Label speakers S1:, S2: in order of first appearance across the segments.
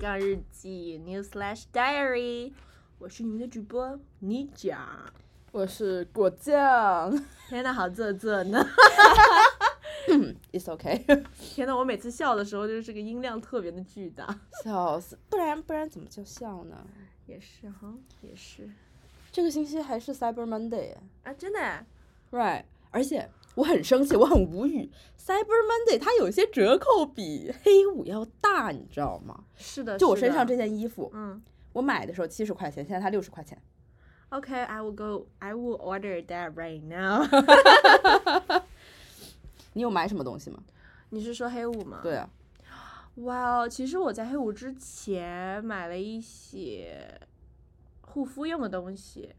S1: 浪日记 New Slash Diary，我是你们的主播妮讲。
S2: 我是果酱
S1: 天呐，好啧啧呢！
S2: ，It's OK，
S1: 天呐，我每次笑的时候就是这个音量特别的巨大。
S2: 笑死，不然不然怎么叫笑呢？
S1: 也是哈，也是
S2: 这个星期还是 Cyber Monday，right？
S1: 啊，真的哎，
S2: 而且我很生气，我很无语，Cyber Monday 它有些折扣比黑五要大，你知道吗？
S1: 是的，
S2: 就我
S1: 是的
S2: 身上，这件衣服，
S1: 嗯
S2: 我买的时候七十块钱，现在它六十块钱。
S1: ，OK，I、will go, I will order that right now 。
S2: 你有买什么东西吗？
S1: 你是说黑五吗？
S2: 对啊，
S1: 哇哦，其实我在黑五之前买了一些护肤用的东西，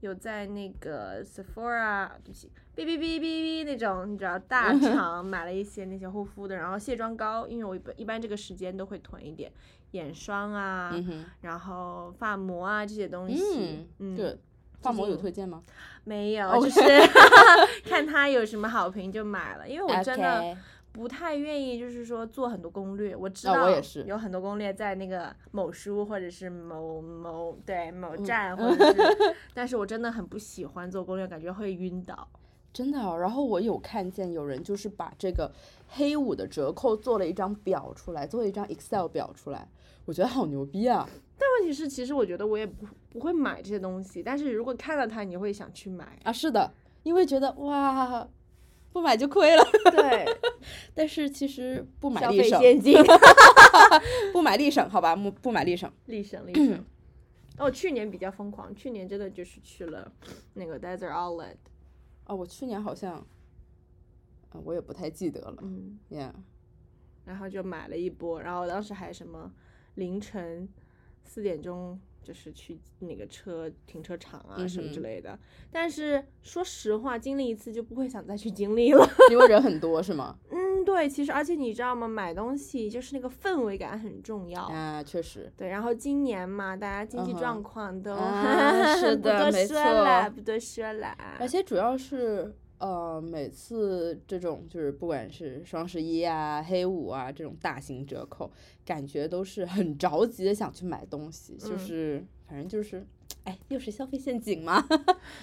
S1: 有在那个 Sephora，对不起，哔哔哔哔哔那种你知道大
S2: 嗯
S1: 厂买了一些那些护肤的，然后卸妆膏，因为我一般一般这个时间都会囤一点眼霜啊，
S2: 嗯哼，
S1: 然后发膜啊这些东西
S2: 嗯，，哦
S1: 嗯，
S2: 对，发膜
S1: 最
S2: 有
S1: 近
S2: 推荐吗
S1: 没有，就
S2: OK
S1: 是 看它有什么好评就买了，因为我真的。
S2: OK
S1: 不太愿意，就是说做很多攻略。我知
S2: 啊
S1: 道，
S2: 我也是
S1: 有很多攻略在那个某书或者是某某对某
S2: 嗯
S1: 站，或 者是，但是我真的很不喜欢做攻略，感觉会晕倒。
S2: 真的哦、然后我有看见有人就是把这个黑五的折扣做了一张表出来，做了一张 Excel 表出来，我觉得好牛逼啊！
S1: 但问题是，其实我觉得我也不不会买这些东西，但是如果看到它，你会想去买
S2: 。啊，是的，因为觉得哇，不买就亏了，
S1: 对，
S2: 但是其实不买
S1: 消
S2: 立
S1: 费
S2: 省，
S1: 陷 阱，
S2: 不买立省，好吧，不不买立省。
S1: 立省 立省。哦，去年比较疯狂，去年真的就是去了那个 Desert Outlet，
S2: 啊，我去年好像，啊，我也不太记得了
S1: 嗯，
S2: ，yeah，
S1: 然后就买了一波，然后当时还什么凌晨四点钟就是去那个车停车场啊
S2: 嗯
S1: 什么之
S2: 哼
S1: 类的。但是说实话，经历一次就不会想再去经历了。
S2: 因为人很多是吗？
S1: 嗯，对，其实而且你知道吗，买东西就是那个氛围感很重要。
S2: 啊，确实，
S1: 对，然后今年嘛，大家经济
S2: 嗯哼
S1: 状况都、
S2: 啊 是
S1: 不
S2: 的
S1: 多
S2: 没
S1: 说了，
S2: 错
S1: 不多说了。
S2: 而且主要是。呃，每次这种就是不管是双十一啊、黑五啊这种大型折扣，感觉都是很着急的想去买东西，就
S1: 嗯
S2: 是、反正就是，哎，又是消费陷阱嘛。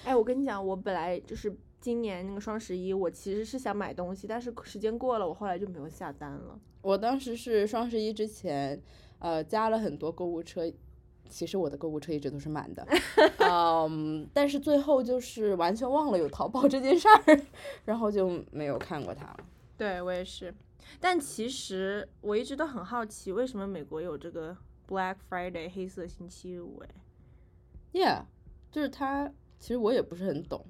S1: 哎，我跟你讲，我本来就是今年那个双十一，我其实是想买东西，但是时间过了，我后来就没有下单了。
S2: 我当时是双十一之前，呃，加了很多购物车，其实我的购物车一直都是 满的，嗯，但是最后就是完全忘了有淘宝这件事儿， 然后就没有看过它了。
S1: 对我也是，但其实我一直都很好奇，为什么美国有这个 Black Friday 黑色星期五？哎，
S2: Yeah，就是它，其实我也不是很懂，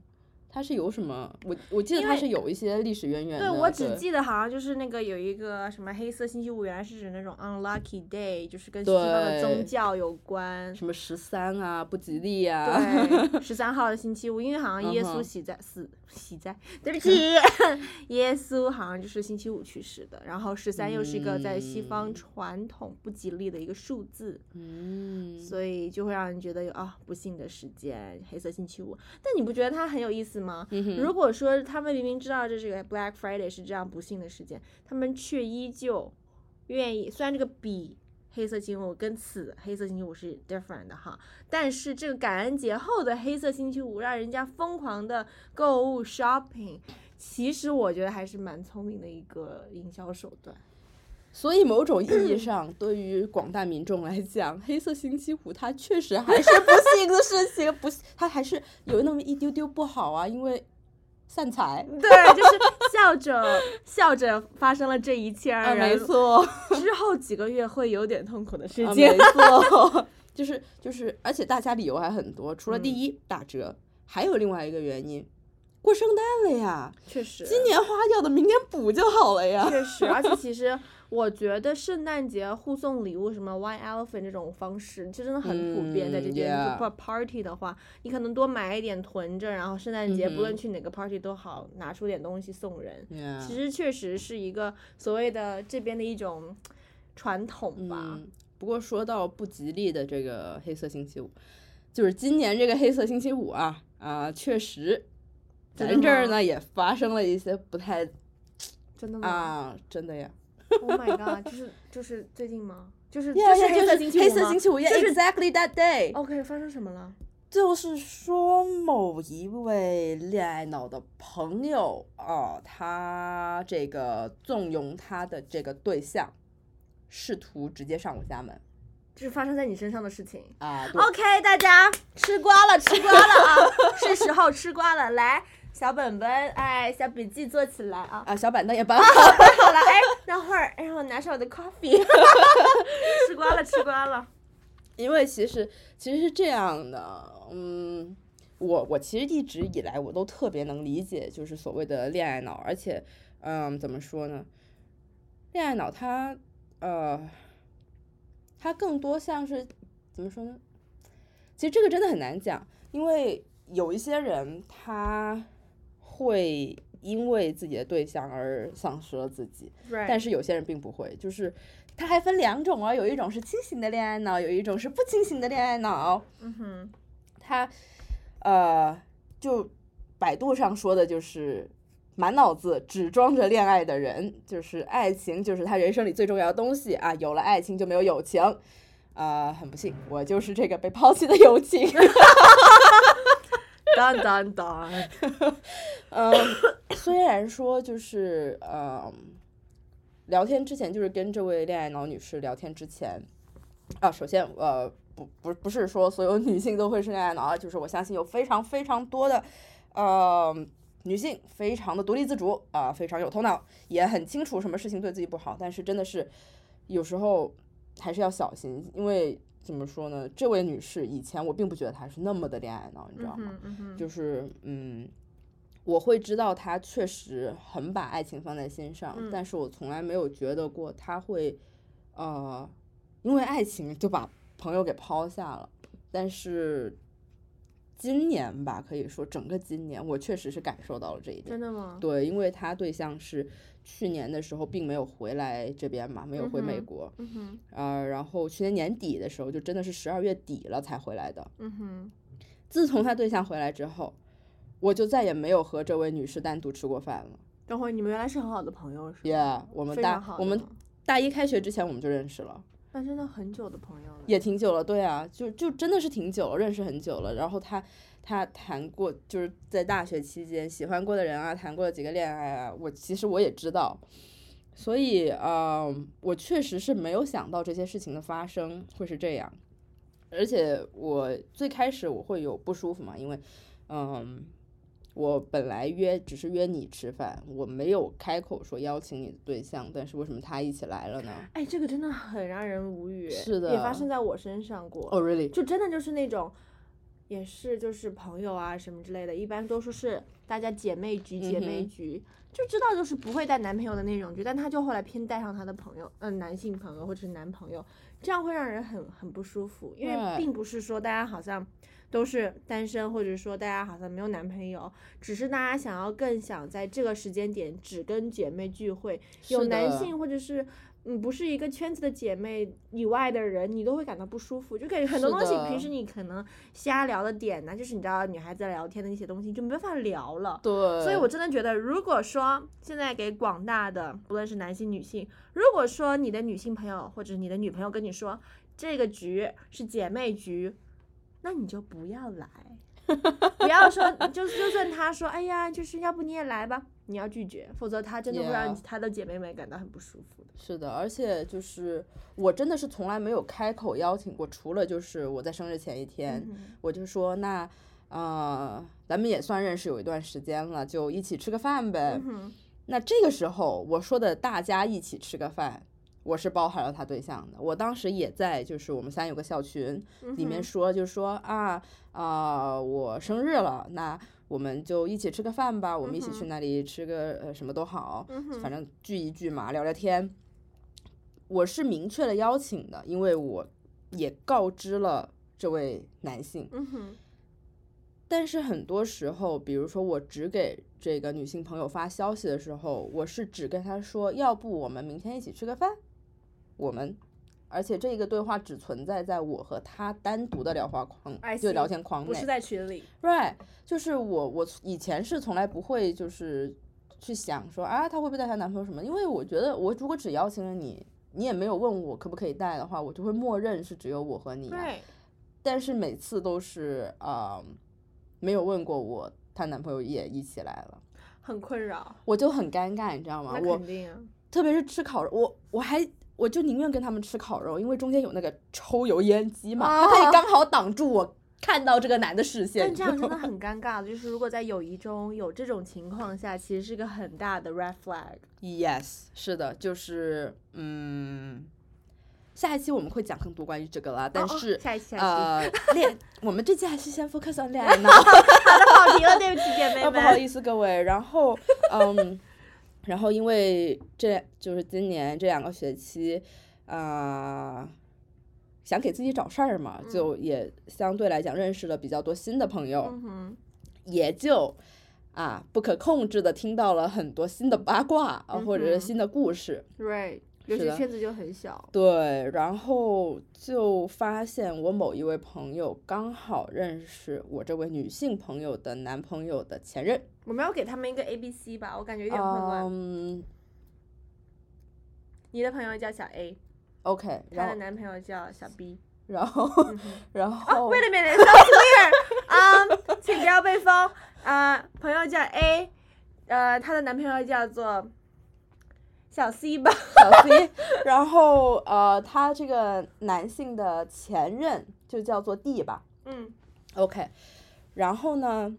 S2: 它是有什么？我我记得
S1: 因
S2: 它
S1: 为
S2: 是有一些历史渊源
S1: 对
S2: 的。
S1: 我只记得好像就是那个有一个什么黑色星期五，原来是指那种 unlucky day，就是跟西方的宗
S2: 对
S1: 教有关。
S2: 什么十三啊，不吉利啊，
S1: 对，十三号的星期五，因为好像耶
S2: 嗯
S1: 稣
S2: 哼
S1: 喜在死喜在，对不 起，耶稣好像就是星期五去世的。然后十三又是一个在西方
S2: 嗯
S1: 传统不吉利的一个数字，
S2: 嗯，
S1: 所以就会让人觉得有啊不幸的时间，黑色星期五。但你不觉得它很有意思吗？
S2: 嗯哼
S1: 如果说他们明明知道这是个 Black Friday 是这样不幸的时间，他们却依旧愿意，虽然这个比黑色星期五跟此黑色星期五是 different 的哈，但是这个感恩节后的黑色星期五让人家疯狂的购物 shopping，其实我觉得还是蛮聪明的一个营销手段。
S2: 所以某种意义上，对于广大民众来讲，黑色星期五它确实还是不幸的事情，不是，它还是有那么一丢丢不好啊，因为散财
S1: 对，就是笑着笑着发生了这一切，
S2: 啊，
S1: 让
S2: 没
S1: 人
S2: 错，
S1: 之后几个月会有点痛苦的事
S2: 啊，
S1: 情。
S2: 没 错，就是就是，而且大家理由还很多，除了第
S1: 嗯
S2: 一、打折，还有另外一个原因，过圣诞了呀，
S1: 确实，
S2: 今年花掉的明年补就好了呀，
S1: 确实，而且其实我觉得圣诞节互送礼物，什么 One Elephant 这种方式，其实真的很普遍。在这边，
S2: 嗯
S1: 就是
S2: yeah
S1: for party 的话，你可能多买一点囤着，然后圣诞节
S2: 嗯
S1: 不
S2: 哼啊
S1: 论去哪个 party 都好，拿出点东西送人。
S2: Yeah
S1: 其实确实 是一个所谓的这边的一种传统吧。
S2: 嗯，不过说到不吉利的这个黑色星期五，就是今年这个黑色星期五啊啊，确实，
S1: 真
S2: 咱
S1: 的
S2: 这儿
S1: 吗嗯
S2: 呢也发生了一些不太
S1: 真的吗、？Oh
S2: 啊，真的呀，
S1: o h my god，就是就是最近吗？就是
S2: 呀
S1: 就是
S2: 呀
S1: 黑
S2: 就
S1: 色
S2: 是
S1: 星期五
S2: 黑色
S1: 吗
S2: 星期五，呀
S1: 就是
S2: exactly that day。
S1: OK，发生什么了？
S2: 就是说，某一位恋爱脑的朋友哦，他这个纵容他的这个对象，试图直接上我家门
S1: 就是发生在你身上的事情。
S2: 啊！对，
S1: OK，大家吃瓜了，吃瓜了啊！是时候吃瓜了，来，小本本，哎，小笔记做起来 啊！
S2: 啊，小板凳也搬好。
S1: 好了，哎，等会儿，哎，我拿上我的 coffee，吃瓜了，吃瓜了。
S2: 因为其实其实是这样的，嗯，我我其实一直以来我都特别能理解，就是所谓的恋爱脑，而且，嗯，怎么说呢？恋爱脑它，呃，它更多像是怎么说呢？其实这个真的很难讲，因为有一些人他会因为自己的对象而丧失了自己，但
S1: 但是
S2: 是有些人并不会，就是它还分两种哦，有一种是清醒的恋爱脑，有一种是不清醒的恋爱脑。
S1: 嗯哼，
S2: 它，呃，就百度上说的就是满脑子只装着恋爱的人，就是爱情就是他人生里最重要的东西啊，有了爱情就没有友情。啊、很不幸，我就是这个被抛弃的友情。
S1: 当当当，
S2: 嗯，虽然说就是嗯，聊天之前就是跟这位恋爱脑女士聊天之前，啊，首先呃，不不不是说所有女性都会是恋爱脑啊，就是我相信有非常非常多的，呃，女性非常的独立自主啊、非常有头脑，也很清楚什么事情对自己不好，但是真的是有时候还是要小心，因为怎么说呢，这位女士以前我并不觉得她是那么的恋爱脑，你
S1: 嗯
S2: 知道吗？
S1: 哼，嗯哼，
S2: 就是嗯，我会知道他确实很把爱情放在心上，
S1: 嗯
S2: 但是我从来没有觉得过他会呃，因为爱情就把朋友给抛下了。但是今年吧，可以说整个今年，我确实是感受到了这一点
S1: 真。的吗？
S2: 对，因为他对象是去年的时候并没有回来这边嘛，没有回
S1: 嗯
S2: 美
S1: 哼
S2: 国，
S1: 嗯哼，
S2: 呃，然后去年年底的时候，就真的是十二月底了才回来的。
S1: 嗯哼，
S2: 自从他对象回来之后，我就再也没有和这位女士单独吃过饭了。
S1: 等会儿你们原来是很好的朋友是吗？
S2: Yeah，我们
S1: 非常
S2: 大
S1: 好的
S2: 我们
S1: 朋友
S2: 大一开学之前我们就认识了，
S1: 那真的很久的朋友了。
S2: 也挺久了。对啊，就就真的是挺久了，认识很久了。然后他他谈过，就是在大学期间喜欢过的人啊，谈过的几个恋爱啊，我其实我也知道。所以，呃，我确实是没有想到这些事情的发生会是这样，而且我最开始我会有不舒服嘛，因为，嗯，我本来约只是约你吃饭，我没有开口说邀请你的对象，但是为什么他一起来了呢？
S1: 哎，这个真的很让人无语，
S2: 是的
S1: 也发生在我身上过。
S2: 哦、r e a l l y
S1: 就真的就是那种，也是就是朋友啊什么之类的，一般都说是大家姐妹局姐妹
S2: 嗯哼
S1: 局，就知道就是不会带男朋友的那种局，但她就后来偏带上她的朋友，嗯、男性朋友或者是男朋友，这样会让人很很不舒服，因为
S2: Right
S1: 并不是说大家好像都是单身，或者说大家好像没有男朋友，只是大家想要更想在这个时间点只跟姐妹聚会，有
S2: 是的
S1: 男性或者是。嗯，不是一个圈子的姐妹以外的人，你都会感到不舒服，就感觉很多
S2: 是
S1: 东西
S2: 的
S1: 平时你可能瞎聊的点呢，就是你知道女孩子聊天的一些东西就没办法聊了。
S2: 对，
S1: 所以，我真的觉得，如果说现在给广大的，不论是男性、女性，如果说你的女性朋友或者你的女朋友跟你说这个局是姐妹局，那你就不要 来，不要说，就就算他说，哎呀，就是要不你也来吧，你要拒绝，否则他真的会让
S2: Yeah
S1: 他的姐妹们感到很不舒服的。
S2: 是的，而且就是我真的是从来没有开口邀请过，除了就是我在生日前一天，
S1: 嗯
S2: 我就说那呃，咱们也算认识有一段时间了，就一起吃个饭呗。
S1: 嗯哼，
S2: 那这个时候我说的大家一起吃个饭，我是包含了他对象的。我当时也在，就是我们三有个校群里面说，就说啊啊、我生日了，那我们就一起吃个饭吧，我们一起去那里吃个呃什么都好，反正聚一聚嘛，聊聊天。我是明确的邀请的，因为我也告知了这位男性，
S1: 嗯哼，
S2: 但是很多时候，比如说我只给这个女性朋友发消息的时候，我是只跟她说，要不我们明天一起吃个饭，我们，而且这个对话只存在在我和她单独的聊话框
S1: I，
S2: 就
S1: see，
S2: 聊天框
S1: 哎不
S2: 内
S1: 是。在群里，
S2: Right，就是我我以前是从来不会就是去想说啊，她会不会带她男朋友什么？因为我觉得我如果只邀请了你，你也没有问我可不可以带的话，我就会默认是只有我和你、啊。
S1: 对，
S2: 但是每次都是啊、呃没有问过我，她男朋友也一起来了，
S1: 很困扰，
S2: 我就很尴尬，你知道吗
S1: 那？
S2: 我
S1: 肯定啊。
S2: 特别是吃烤肉，我我还我就宁愿跟他们吃烤肉，因为中间有那个抽油烟机嘛，它可
S1: 啊
S2: 以刚好挡住我看到这个男的视线。
S1: 但
S2: 你
S1: 这
S2: 知
S1: 样
S2: 道
S1: 真
S2: 吗
S1: 的很尴尬的，就是如果在友谊中有这种情况下，其实是个很大的 red flag。
S2: Yes，是的，就是嗯，下一期我们会讲更多关于这个啦，但
S1: 哦哦
S2: 是、
S1: 下一期，下一期，
S2: 呃，恋，我们这期还是先 focus on 恋爱脑，
S1: 跑题 了，对不起，姐妹
S2: 啊，
S1: 们。
S2: 不好意思各位。然后，嗯，然后因为这就是今年这两个学期，啊、想给自己找事儿嘛，
S1: 嗯
S2: 就也相对来讲认识了比较多新的朋友，
S1: 嗯哼，
S2: 也就啊不可控制的听到了很多新的八卦啊，或者
S1: 嗯哼
S2: 是新的故事。
S1: 对，尤
S2: 是
S1: 其
S2: 的
S1: 圈子就很小。
S2: 对，然后就发现我某一位朋友刚好认识我这位女性朋友的男朋友的前任，
S1: 我们要给他们一个 A B C 吧，我感觉有点混乱。
S2: 嗯
S1: 你的朋友叫小 A，
S2: ，OK，
S1: 她
S2: 然
S1: 的
S2: 后
S1: 男朋友叫小 B。
S2: 然后
S1: 嗯哼
S2: 然
S1: 啊
S2: 后
S1: ，wait a minute，that's weird 啊、请不要被封啊、朋友叫 A，呃，她的男朋友叫做小 C 吧。
S2: 小 C，然后呃，他这个男性的前任就叫做 D 吧
S1: 嗯
S2: ，OK，然后呢，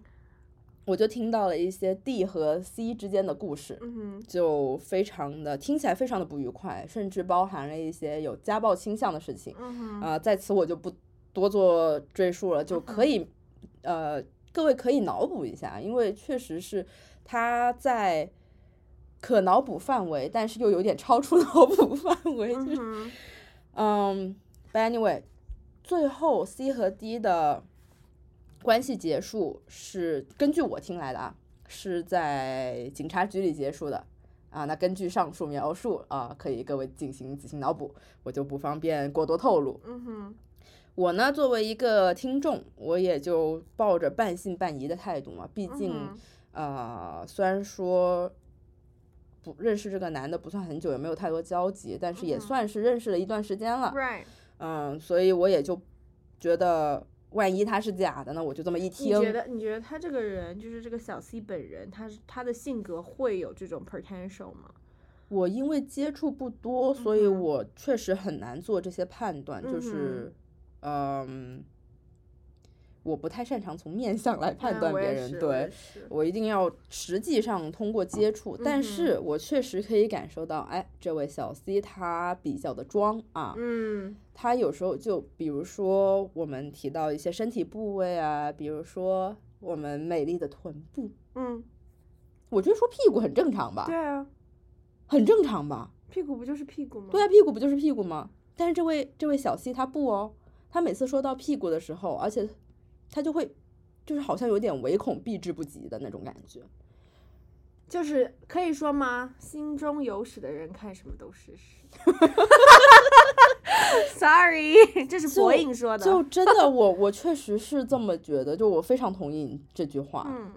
S2: 我就听到了一些 D 和 C 之间的故事，
S1: 嗯哼，
S2: 就非常的听起来非常的不愉快，甚至包含了一些有家暴倾向的事情。
S1: 嗯哼，
S2: 啊、在此我就不多做赘述了，就可以，呃，各位可以脑补一下，因为确实是他在可脑补范围，但是又有点超出脑补范围。就
S1: 嗯
S2: 是
S1: 哼，
S2: 嗯，but anyway，最后 C 和 D 的关系结束是根据我听来的啊，是在警察局里结束的啊。那根据上述描述啊，可以各位进行仔细脑补，我就不方便过多透露。
S1: 嗯哼，
S2: 我呢，作为一个听众，我也就抱着半信半疑的态度嘛。毕
S1: 嗯
S2: 竟，
S1: 哼
S2: 呃，虽然说不认识这个男的不算很久，也没有太多交集，但是也
S1: 嗯
S2: 算是认识了一段时间了。
S1: ，right，
S2: 嗯，所以我也就觉得，万一他是假的呢，我就这么一
S1: 你
S2: 听，
S1: 觉得你觉得他这个人就是这个小 C 本人，他是他的性格会有这种 potential 吗？
S2: 我因为接触不多，所以
S1: 嗯哼
S2: 我确实很难做这些判断，
S1: 嗯
S2: 就
S1: 哼
S2: 是，嗯，我不太擅长从面相来判
S1: 嗯
S2: 断
S1: 我
S2: 别
S1: 也
S2: 人，
S1: 是我也
S2: 对。
S1: 是
S2: 我一定要实际上通过接触，但
S1: 嗯哼
S2: 是我确实可以感受到，哎，这位小 C 他比较的装啊，
S1: 嗯
S2: 他有时候就比如说我们提到一些身体部位啊，比如说我们美丽的臀部，
S1: 嗯，
S2: 我觉得说屁股很正常吧
S1: 对，啊，
S2: 很正常吧。
S1: 屁股不就是屁股吗？
S2: 对啊，屁股不就是屁股吗？但是这位这位小 C 他不哦，他每次说到屁股的时候，而且他就会就是好像有点唯恐避之不及的那种感觉。
S1: 就是可以说吗？心中有屎的人看什么都是 屎。Sorry，这 是博颖说的。
S2: 就真的我我确实是这么觉得，就我非常同意你这句话。
S1: 嗯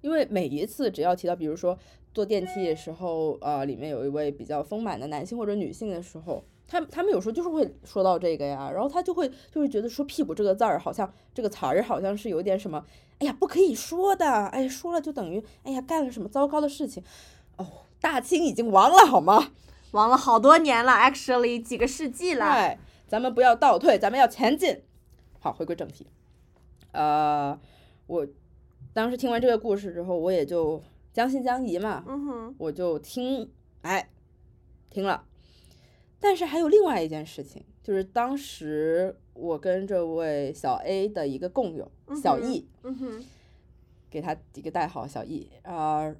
S2: 因为每一次只要提到，比如说坐电梯的时候，呃，里面有一位比较丰满的男性或者女性的时候，他他们有时候就是会说到这个呀，然后他就会就会觉得说屁股这个字儿好像这个词儿好像是有点什么，哎呀不可以说的，哎呀说了就等于哎呀干了什么糟糕的事情，哦，大清已经亡了好吗？
S1: 亡了好多年了，actually 几个世纪了。
S2: 对，咱们不要倒退，咱们要前进。好，回归正题。呃，我当时听完这个故事之后，我也就将信将疑嘛，
S1: 嗯哼，
S2: 我就听，哎，听了。但是还有另外一件事情，就是当时我跟这位小 A 的一个共友小
S1: 嗯哼
S2: E，、
S1: 嗯哼，
S2: 给他一个代号小 E 啊、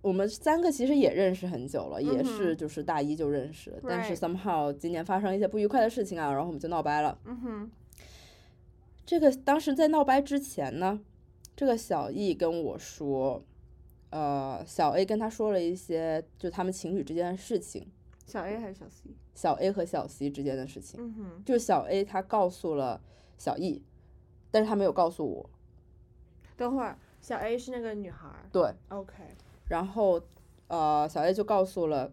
S2: 我们三个其实也认识很久了，也
S1: 嗯
S2: 是
S1: 哼
S2: 就是大一就认识，但是
S1: Right
S2: somehow 今年发生一些不愉快的事情啊，然后我们就闹掰了。
S1: 嗯哼，
S2: 这个当时在闹掰之前呢，这个小 E 跟我说，呃，小 A 跟他说了一些就他们情侣之间的事情，
S1: 小 A 还是小 C？
S2: 小 A 和小 C 之间的事情，
S1: 嗯哼，
S2: 就是小 A 他告诉了小 E，但是他没有告诉我，
S1: 等会儿，小 A 是那个女孩儿。
S2: 对，
S1: OK，
S2: 然后呃，小 A 就告诉了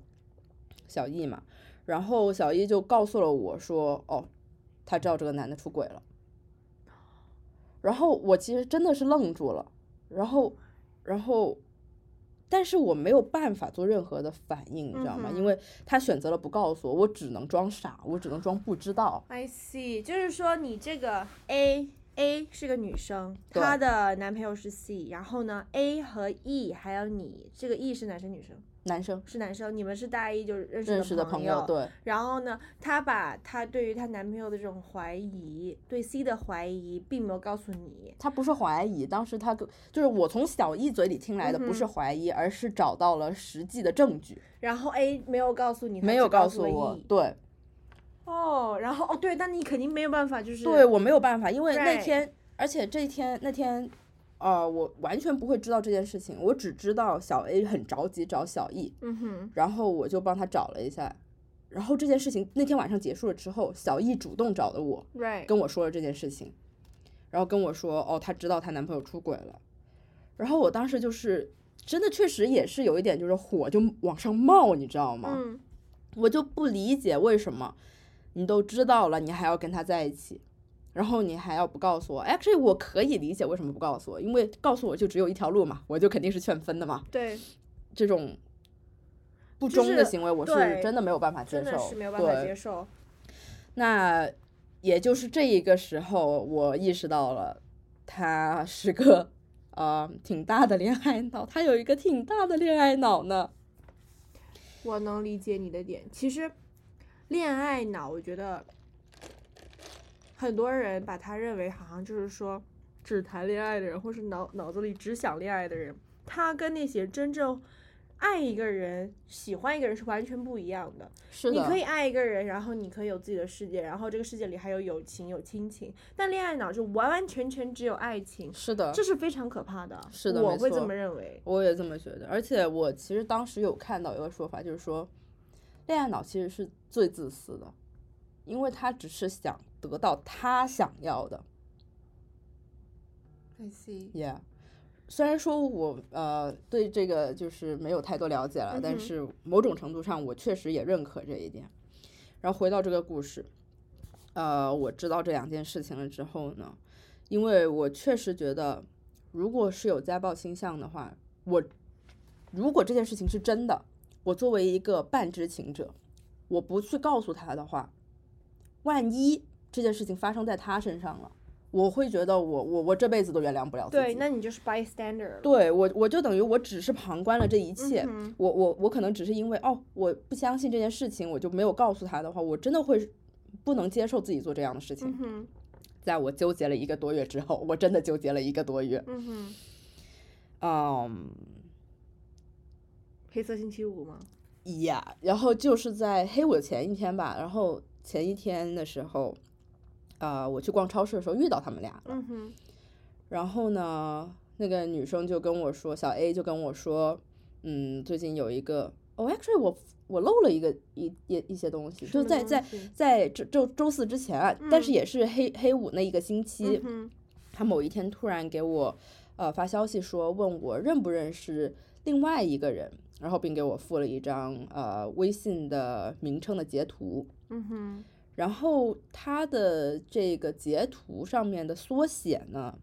S2: 小易嘛，然后小一就告诉了我说，哦，他知道这个男的出轨了。然后我其实真的是愣住了，然后，然后，但是我没有办法做任何的反应，你知道吗？
S1: 嗯哼
S2: 因为他选择了不告诉我，我只能装傻，我只能装不知道。
S1: I see，就是说你这个 A A 是个女生，
S2: 对
S1: 她的男朋友是 C，然后呢 A 和 E 还有你，这个 E 是男生女生
S2: 男生
S1: 是男生，你们是大一就是认识
S2: 认识的
S1: 朋
S2: 朋友，对，
S1: 然后呢，她把她对于她男朋友的这种怀疑，对 C 的怀疑，并没有告诉你。
S2: 他不是怀疑，当时他跟就是我从小易嘴里听来的不是
S1: 嗯
S2: 怀疑，而是找到了实际的证据，
S1: 然后 A 没有告诉你，她
S2: 没
S1: 只
S2: 有
S1: 告
S2: 诉
S1: 了
S2: 我
S1: E。
S2: 对，
S1: 哦，然后哦对，那你肯定没有办法，就是
S2: 对我没有办法，因为那
S1: Right
S2: 天，而且这天那天，呃，我完全不会知道这件事情，我只知道小 A 很着急找小易，
S1: 嗯哼，
S2: 然后我就帮他找了一下，然后这件事情那天晚上结束了之后，小易主动找的我，
S1: ，right，
S2: 跟我说了这件事情，然后跟我说，哦，她知道她男朋友出轨了，然后我当时就是真的确实也是有一点就是火就往上冒，你知道吗？
S1: 嗯，
S2: 我就不理解为什么你都知道了，你还要跟他在一起，然后你还要不告诉我。Actually，我可以理解为什么不告诉我，因为告诉我就只有一条路嘛，我就肯定是劝分的嘛。
S1: 对，
S2: 这种不
S1: 就
S2: 忠的
S1: 是
S2: 行为，我
S1: 对
S2: 是真的没有办法接
S1: 真的
S2: 受。
S1: 是没有办法
S2: 对
S1: 接受。
S2: 那也就是这一个时候，我意识到了他是个呃挺大的恋爱脑，他有一个挺大的恋爱脑呢。
S1: 我能理解你的点。其实，恋爱脑，我觉得很多人把它认为好像就是说只谈恋爱的人，或是脑脑子里只想恋爱的人，他跟那些真正爱一个人、喜欢一个人是完全不一样的。
S2: 是
S1: 你
S2: 的，
S1: 可以爱一个人，然后你可以有自己的世界，然后这个世界里还有友情、有亲情，但恋爱脑就完完全全只有爱情，
S2: 是的，
S1: 这是非常可怕的。
S2: 是的
S1: 我
S2: 没
S1: 会这
S2: 错
S1: 么认为。
S2: 我也这么觉得，而且我其实当时有看到一个说法，就是说，恋爱脑其实是最自私的，因为他只是想得到他想要的。
S1: I see。
S2: Yeah，虽然说我呃对这个就是没有太多了解了，
S1: 嗯
S2: 但
S1: 哼
S2: 是某种程度上我确实也认可这一点。然后回到这个故事，呃，我知道这两件事情了之后呢，因为我确实觉得，如果是有家暴倾向的话，我如果这件事情是真的，我作为一个半知情者，我不去告诉他的话，万一这件事情发生在他身上了。我会觉得我我我这辈子都原谅不了自己。
S1: 对，那你就是 bystander 了。
S2: 对我，我就等于我只是旁观了这一切。
S1: 嗯哼
S2: 我我我可能只是因为哦，我不相信这件事情，我就没有告诉他的话，我真的会不能接受自己做这样的事情。
S1: 嗯哼，
S2: 在我纠结了一个多月之后，我真的纠结了一个多月。
S1: 嗯哼。
S2: 嗯
S1: 黑色星期五吗？
S2: 呀，然后就是在黑五的前一天吧，然后前一天的时候，呃，我去逛超市的时候遇到他们俩了。
S1: 嗯哼，
S2: 然后呢，那个女生就跟我说，小 A 就跟我说，嗯，最近有一个，哦，actually 我我漏了一个一一一些东西，
S1: 什
S2: 就
S1: 么
S2: 在
S1: 东
S2: 在
S1: 西
S2: 在周周周四之前啊，但是
S1: 嗯
S2: 也是黑黑五那一个星期，
S1: 嗯哼，
S2: 他某一天突然给我呃发消息说，问我认不认识另外一个人，然后并给我附了一张呃微信的名称的截图。
S1: 嗯哼，
S2: 然后它的这个截图上面的缩写呢，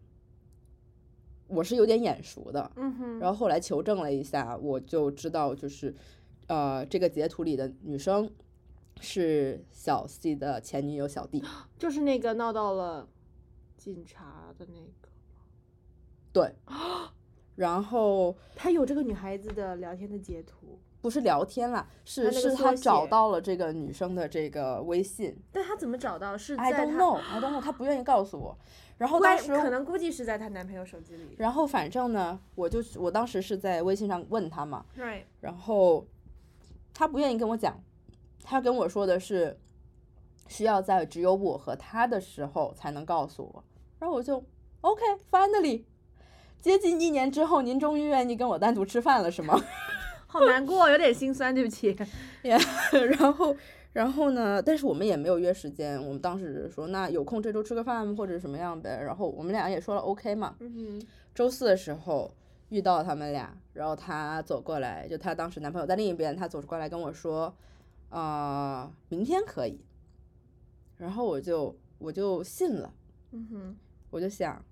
S2: 我是有点眼熟的。
S1: 嗯哼，
S2: 然后后来求证了一下，我就知道就是，呃，这个截图里的女生是小 C 的前女友小 D。
S1: 就是那个闹到了警察的那个，
S2: 对，然后
S1: 他有这个女孩子的聊天的截图，
S2: 不是聊天啦，
S1: 它
S2: 是
S1: 那个
S2: 是
S1: 缩
S2: 他找
S1: 写
S2: 到了这个女生的这个微信。
S1: 但他怎么找到？是
S2: I
S1: 在
S2: don't
S1: 他
S2: know，I don't know，他不愿意告诉我。然后当
S1: 关，
S2: 时
S1: 可能估计是在她男朋友手机里。
S2: 然后反正呢，我就我当时是在微信上问他嘛，
S1: Right，
S2: 然后他不愿意跟我讲，他跟我说的是需要在只有我和他的时候才能告诉我，然后我就 OK finally，接近一年之后，您终于愿意跟我单独吃饭了是吗？
S1: 好难过，有点心酸，对不起。
S2: 然后。然后呢？但是我们也没有约时间，我们当时只是说，那有空这周吃个饭或者什么样呗。然后我们俩也说了 OK 嘛，
S1: 嗯
S2: 周四的时候遇到他们俩，然后他走过来，就她当时男朋友在另一边，他走过来跟我说，呃，明天可以。然后我就我就信了，
S1: 嗯哼，
S2: 我就想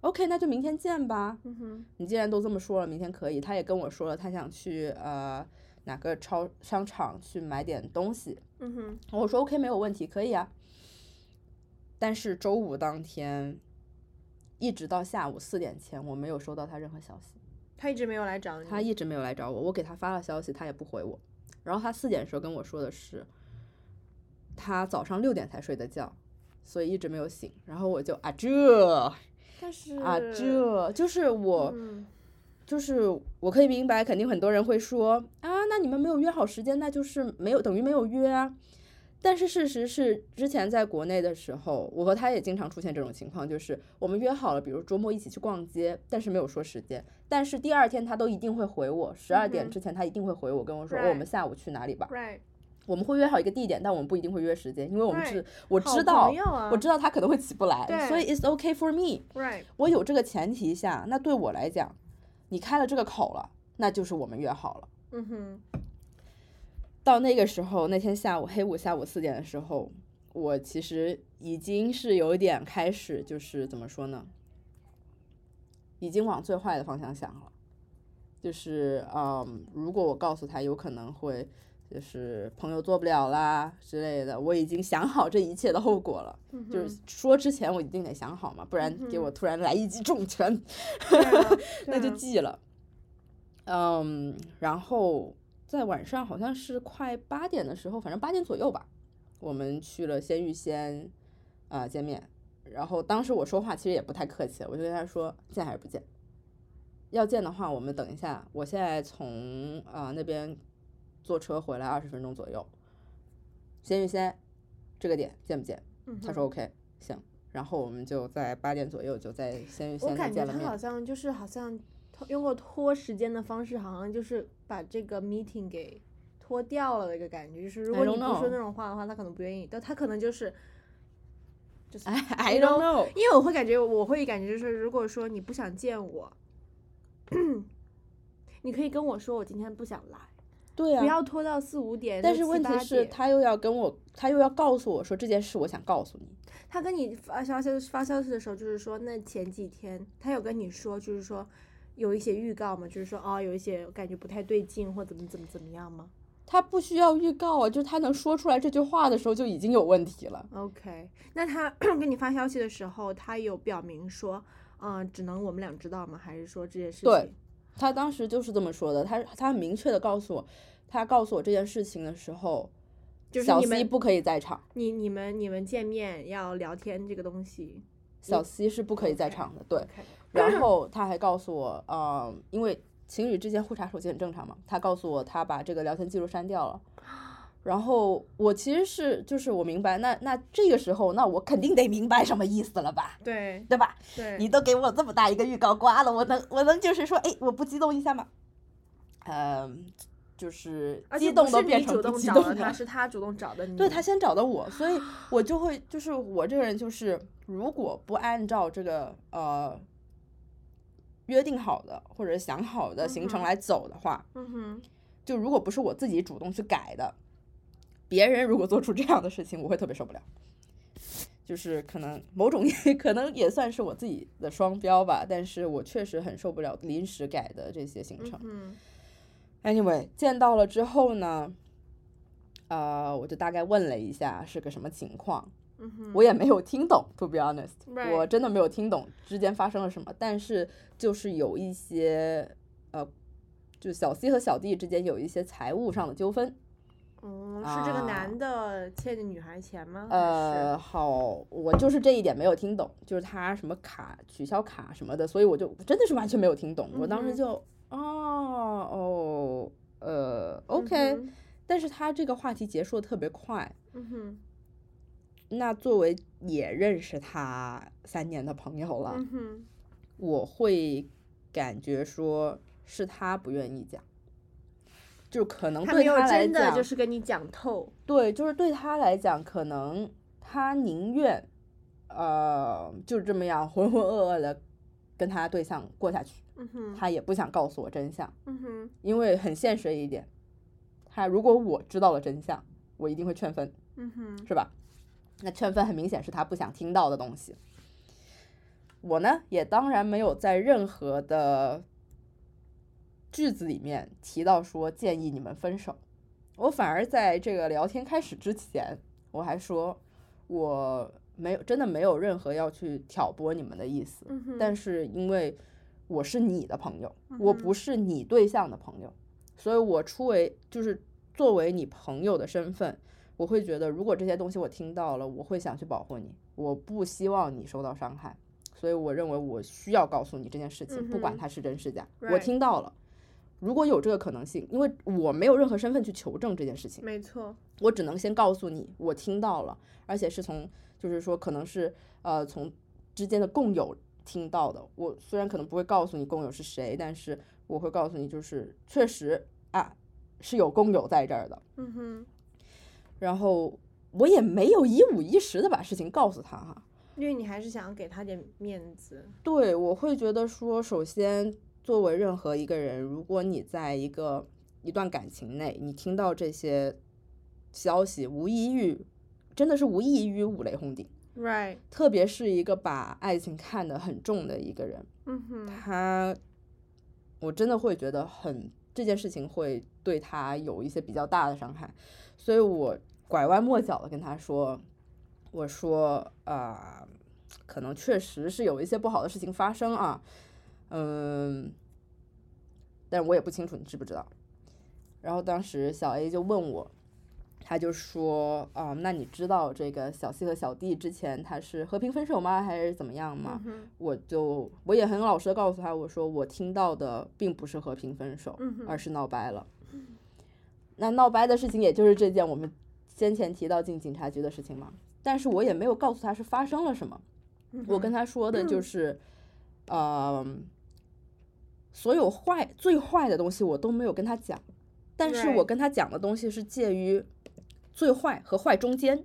S2: ，OK，那就明天见吧。
S1: 嗯哼，
S2: 你既然都这么说了，明天可以。他也跟我说了，他想去呃哪个超商场去买点东西。
S1: 嗯哼，
S2: 我说 OK，没有问题，可以啊。但是周五当天，一直到下午四点前，我没有收到他任何消息。
S1: 他一直没有来找你，
S2: 他一直没有来找我，我给他发了消息，他也不回我。然后他四点的时候跟我说的是，他早上六点才睡的觉，所以一直没有醒。然后我就啊这啊
S1: 但是
S2: 这，就是我、
S1: 嗯
S2: 就是我可以明白，肯定很多人会说啊，那你们没有约好时间，那就是没有等于没有约啊。但是事实是，之前在国内的时候，我和他也经常出现这种情况，就是我们约好了，比如周末一起去逛街，但是没有说时间，但是第二天他都一定会回我，十二
S1: 嗯
S2: 点
S1: 哼
S2: 之前他一定会回我，跟我说、
S1: Right
S2: 哦我们下午去哪里吧。
S1: ，right，
S2: 我们会约好一个地点，但我们不一定会约时间，因为我们
S1: Right
S2: 知我
S1: 好
S2: 知道
S1: 朋友啊
S2: 我知道他可能会起不来，
S1: 对
S2: 所以 it's okay for me。
S1: right，
S2: 我有这个前提下，那对我来讲，你开了这个口了，那就是我们约好了。
S1: 嗯 哼，
S2: 到那个时候，那天下午黑五下午四点的时候，我其实已经是有点开始，就是怎么说呢，已经往最坏的方向想了。就是嗯，如果我告诉他有可能会，就是朋友做不了啦之类的，我已经想好这一切的后果了。
S1: 嗯哼嗯
S2: 就是说之前我一定得想好嘛，不然给我突然来一记重拳，
S1: 对啊
S2: 那
S1: 对
S2: 就
S1: 啊
S2: 记了。嗯，然后在晚上好像是快八点的时候，反正八点左右吧，我们去了鲜芋仙啊、呃见面。然后当时我说话其实也不太客气，我就跟他说见还是不见。要见的话，我们等一下。我现在从啊、呃那边坐车回来二十分钟左右，鲜芋仙这个点见不见？
S1: 嗯
S2: 他
S1: 哼
S2: 说 OK，行。然后我们就在八点左右就在鲜芋
S1: 我
S2: 仙那
S1: 感觉
S2: 见了
S1: 他
S2: 面
S1: 好。像就是好像拖用过拖时间的方式，好像就是把这个 meeting 给拖掉了的一个感觉。就是如
S2: I
S1: 果你
S2: don't
S1: 不说
S2: know
S1: 那种话的话，他可能不愿意，但他可能就是就是，
S2: I
S1: you know，
S2: don't know。
S1: 因为我会感觉我会感觉就是，如果说你不想见我， 你可以跟我说我今天不想来，
S2: 对啊，
S1: 不要拖到四五点。
S2: 但
S1: 六
S2: 是
S1: 七
S2: 问题
S1: 八
S2: 是，
S1: 点
S2: 他又要跟我，他又要告诉我说这件事，我想告诉你。
S1: 他跟你发消息发消息的时候，就是说那前几天他有跟你说，就是说有一些预告嘛，就是说哦，有一些感觉不太对劲，或怎么怎么怎么样吗
S2: 他不需要预告啊，就是他能说出来这句话的时候就已经有问题了。
S1: ？OK，那他 跟你发消息的时候，他有表明说，嗯、只能我们俩知道吗？还是说这件事情？
S2: 对他当时就是这么说的，他他很明确的告诉我，他告诉我这件事情的时候，
S1: 就是
S2: 小
S1: 你
S2: 西
S1: 们
S2: 不可以在场，
S1: 你你们你们见面要聊天这个东西，
S2: 小西是不可以在
S1: OK
S2: 场的。对，
S1: OK，
S2: 然后他还告诉我，呃，因为情侣之间互查手机很正常嘛，他告诉我他把这个聊天记录删掉了。然后我其实是就是我明白，那那这个时候，那我肯定得明白什么意思了吧，
S1: 对
S2: 对吧？
S1: 对，
S2: 你都给我这么大一个预告瓜了，我能我能就是说，哎，我不激动一下吗？嗯，就是
S1: 而且
S2: 激
S1: 不
S2: 动
S1: 是
S2: 都
S1: 你
S2: 变成
S1: 主
S2: 不
S1: 动
S2: 激
S1: 找
S2: 动
S1: 的他，
S2: 了。
S1: 是他主动找的你，
S2: 对他先找的我，所以我就会就是我这个人就是，如果不按照这个呃约定好的或者想好的行程
S1: 嗯哼
S2: 来走的话，
S1: 嗯哼，
S2: 就如果不是我自己主动去改的，别人如果做出这样的事情，我会特别受不了。就是可能某种可能也算是我自己的双标吧，但是我确实很受不了临时改的这些行
S1: 嗯
S2: 程。
S1: 哼，
S2: Anyway，见到了之后呢，呃，我就大概问了一下是个什么情况，
S1: 嗯哼，
S2: 我也没有听懂，to be honest，、
S1: Right
S2: 我真的没有听懂之间发生了什么，但是就是有一些呃，就小 C 和小 D 之间有一些财务上的纠纷，
S1: 哦，是这个
S2: 啊
S1: 男的欠着女孩钱吗？还
S2: 呃，好，我就是这一点没有听懂，就是他什么卡取消卡什么的，所以我就真的是完全没有听懂。我当
S1: 嗯
S2: 时
S1: 哼
S2: 就，哦哦，呃
S1: 是
S2: ，OK，、
S1: 嗯
S2: 但是他这个话题结束的特别快。
S1: 哼嗯哼，
S2: 那作为也认识他三年的朋友了，
S1: 嗯哼，
S2: 我会感觉说是他不愿意讲，就可能
S1: 他
S2: 对
S1: 没有
S2: 他来
S1: 真的
S2: 讲，
S1: 就是跟你讲透，
S2: 对，就是对他来讲，可能他宁愿，呃，就这么样浑浑噩噩的跟他对象过下去，
S1: 嗯哼，
S2: 他也不想告诉我真相，
S1: 嗯哼，
S2: 因为很现实一点，他如果我知道了真相，我一定会劝分，
S1: 嗯哼，
S2: 是吧？那劝分很明显是他不想听到的东西。我呢，也当然没有在任何的句子里面提到说建议你们分手，我反而在这个聊天开始之前，我还说我没有真的没有任何要去挑拨你们的意思，
S1: 嗯哼，嗯
S2: 但
S1: 是
S2: 是因为我是你的朋友，我不是你对象的朋友，所以我出为就是作为你朋友的身份，我会觉得如果这些东西我听到了，我会想去保护你，我不希望你受到伤害，所以我认为我需要告诉你这件事情，不
S1: 嗯
S2: 管
S1: 哼
S2: 它是真是假，我
S1: Right
S2: 听到了。如果有这个可能性，因为我没有任何身份去求证这件事情，
S1: 没错，
S2: 我只能先告诉你，我听到了，而且是从就是说可能是呃从之间的共友听到的。我虽然可能不会告诉你共友是谁，但是我会告诉你，就是确实啊是有共友在这儿的。
S1: 嗯哼，
S2: 然后我也没有一五一十的把事情告诉他哈，
S1: 因为你还是想要给他点面子，
S2: 对，我会觉得说，首先，作为任何一个人，如果你在一个一段感情内，你听到这些消息，无异于真的是无异于五雷轰顶。
S1: ，right，
S2: 特别是一个把爱情看得很重的一个人，
S1: 嗯哼，
S2: 他，我真的会觉得很这件事情会对他有一些比较大的伤害，所以我拐弯抹角的跟他说，我说啊、可能确实是有一些不好的事情发生啊，嗯，但我也不清楚你知不知道。然后当时小 A 就问我，他就说啊、那你知道这个小 C 和小 D 之前他是和平分手吗？还是怎么样吗？
S1: 嗯哼，
S2: 我就我也很老实的告诉他，我说我听到的并不是和平分手，
S1: 嗯哼嗯
S2: 而是闹掰了。那闹掰的事情，也就是这件我们先前提到进警察局的事情嘛。但是我也没有告诉他是发生了什么，
S1: 嗯
S2: 我
S1: 哼
S2: 跟他说的就是，呃，所有坏最坏的东西我都没有跟他讲，但是
S1: Right
S2: 我跟他讲的东西是介于最坏和坏中间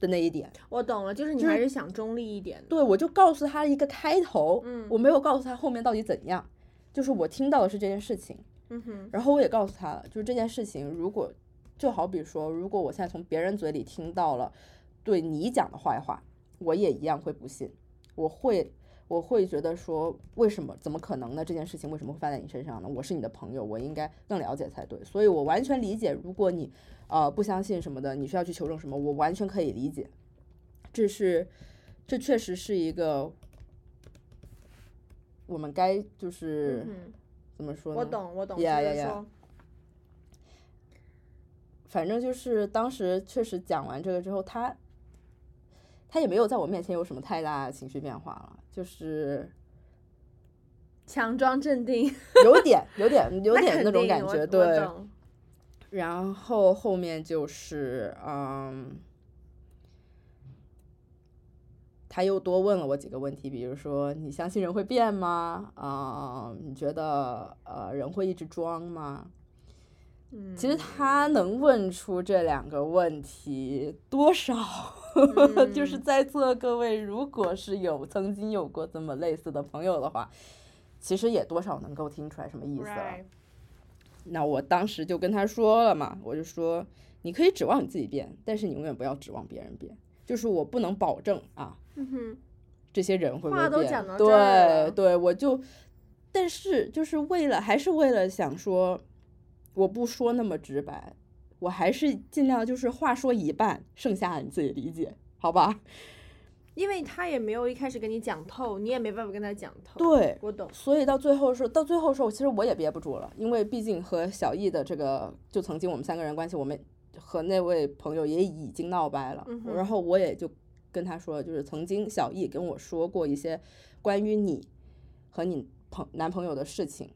S2: 的那一点。
S1: 我懂了，就是你
S2: 就是
S1: 还是想中立一点的，
S2: 对，我就告诉他一个开头，
S1: 嗯
S2: 我没有告诉他后面到底怎样，就是我听到的是这件事情，
S1: 嗯哼，
S2: 然后我也告诉他了，就是这件事情，如果就好比说，如果我现在从别人嘴里听到了对你讲的坏话，我也一样会不信，我会我会觉得说，为什么怎么可能呢？这件事情为什么会发在你身上呢？我是你的朋友，我应该更了解才对，所以我完全理解，如果你呃不相信什么的，你需要去求证什么，我完全可以理解，这是这确实是一个。我们该就是、
S1: 嗯
S2: 怎么说
S1: 哼，
S2: 呢？
S1: 我懂，我懂，
S2: Yeah,
S1: 接着
S2: yeah, yeah
S1: 说
S2: 反正就是当时确实讲完这个之后，他他也没有在我面前有什么太大的情绪变化了， 就是
S1: 强装镇定，
S2: 有点有点 有
S1: 那
S2: 点
S1: 肯
S2: 那种
S1: 定
S2: 感
S1: 我
S2: 觉，
S1: 我
S2: 对。
S1: 懂
S2: 然后后面就是嗯，他又多问了我几个问题，比如说你相信人会变吗？啊、你觉得呃人会一直装吗？
S1: 嗯，
S2: 其实他能问出这两个问题，多少 就是
S1: 嗯
S2: 在座各位，如果是有曾经有过这么类似的朋友的话，其实也多少能够听出来什么意思啊了
S1: right。。
S2: 那我当时就跟他说了嘛，我就说你可以指望你自己变，但是你永远不要指望别人变，就是我不能保证啊，
S1: 嗯哼，
S2: 这些人会不
S1: 话
S2: 会
S1: 都
S2: 变？
S1: 讲到这儿了
S2: 对对，我就，但是就是为了，还是为了想说，我不说那么直白，我还是尽量就是话说一半，剩下的你自己理解，好吧？
S1: 因为他也没有一开始跟你讲透，你也没办法跟他讲透。，
S2: 对，
S1: 我懂。
S2: 所以到最后是到最后的时候，其实我也憋不住了，因为毕竟和小易的这个，就曾经我们三个人关系，我们和那位朋友也已经闹掰了。
S1: 嗯哼
S2: 然后我也就跟他说，就是曾经小易跟我说过一些关于你和你朋男朋友的事情，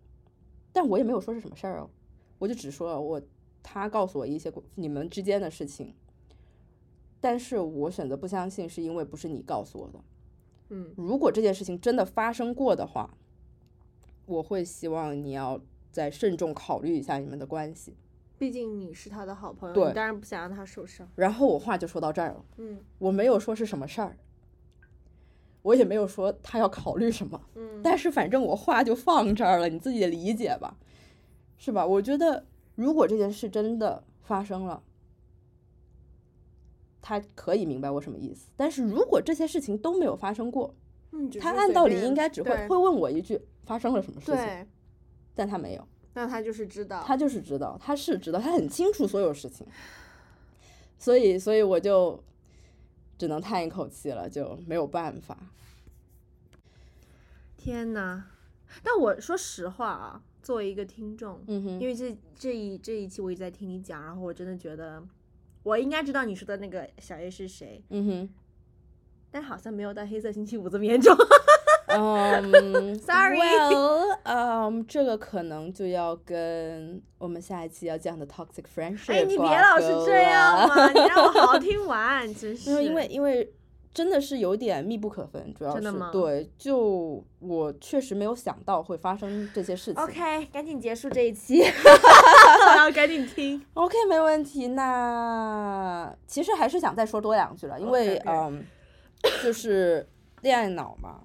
S2: 但我也没有说是什么事儿哦，我就只说了我他告诉我一些你们之间的事情，但是我选择不相信，是因为不是你告诉我的。
S1: 嗯
S2: 如果这件事情真的发生过的话，我会希望你要再慎重考虑一下你们的关系。
S1: 毕竟你是他的好朋友，
S2: 对
S1: 你当然不想让他受伤。
S2: 然后我话就说到这儿了，
S1: 嗯
S2: 我没有说是什么事儿，我也没有说他要考虑什么，
S1: 嗯，
S2: 但是反正我话就放这儿了，你自己理解吧，是吧？我觉得如果这件事真的发生了，他可以明白我什么意思。但是如果这些事情都没有发生过，
S1: 嗯，只
S2: 他
S1: 是
S2: 按
S1: 随
S2: 道理
S1: 便
S2: 应该只会
S1: 对
S2: 会问我一句发生了什么事情，
S1: 对，
S2: 但他没有，
S1: 那他就是知道，
S2: 他就是知道，他是知道，他很清楚所有事情，所以所以我就只能叹一口气了，就没有办法。
S1: 天呐，但我说实话啊，作为一个听众，
S2: 嗯哼
S1: 因，为这这一这一期我一直在听你讲，然后我真的觉得我应该知道你说的那个小 A 是谁，
S2: 嗯哼。
S1: 但好像没有到黑色星期五这么严 重。
S2: 嗯
S1: Sorry
S2: Well，嗯、这个可能就要跟我们下一期要讲的 toxic friendship
S1: 哎，你别
S2: 挂
S1: 老是
S2: 钩
S1: 这样
S2: 了
S1: 嘛，你让我好好听完，真是。
S2: 没 有，因为因为真的是有点密不可分，主要是
S1: 真的吗
S2: 对，就我确实没有想到会发生这些事情。
S1: OK，赶紧结束这一 期， 我要赶紧听。
S2: OK，没问题。那其实还是想再说多两句了，因为
S1: OK，OK
S2: 嗯，就是恋爱脑嘛，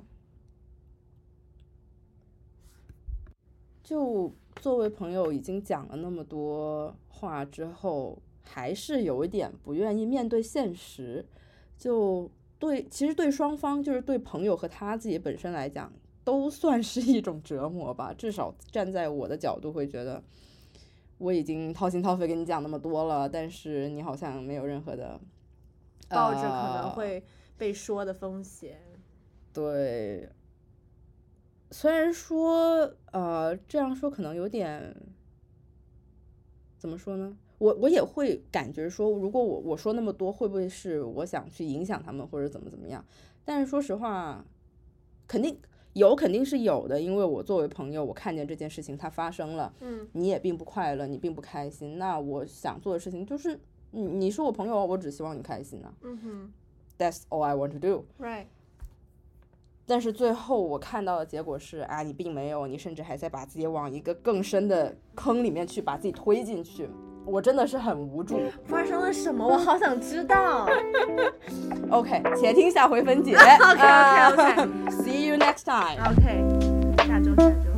S2: 就作为朋友已经讲了那么多话之后，还是有一点不愿意面对现实，就对，其实对双方就是对朋友和他自己本身来讲，都算是一种折磨吧。至少站在我的角度会觉得。我已经掏心掏肺跟你讲那么多了，但是你好像没有任何的
S1: 抱着可能
S2: 呃
S1: 会被说的风险，
S2: 对，虽然说呃这样说可能有点怎么说呢？我我也会感觉说，如果我我说那么多，会不会是我想去影响他们，或者怎么怎么样？但是说实话，肯定有，肯定是有的，因为我作为朋友，我看见这件事情它发生了，
S1: 嗯，
S2: 你也并不快乐，你并不开心。那我想做的事情就是，你你是我朋友啊，我只希望你开心啊。
S1: 嗯哼
S2: That's all I want to do。
S1: ，right，
S2: 但是最后我看到的结果是啊，你并没有，你甚至还在把自己往一个更深的坑里面去，把自己推进去。我真的是很无助。
S1: 发生了什么？我好想知道。
S2: OK，且听下回分解。
S1: OK，OK，OK
S2: See you next time.
S1: OK，下周下周。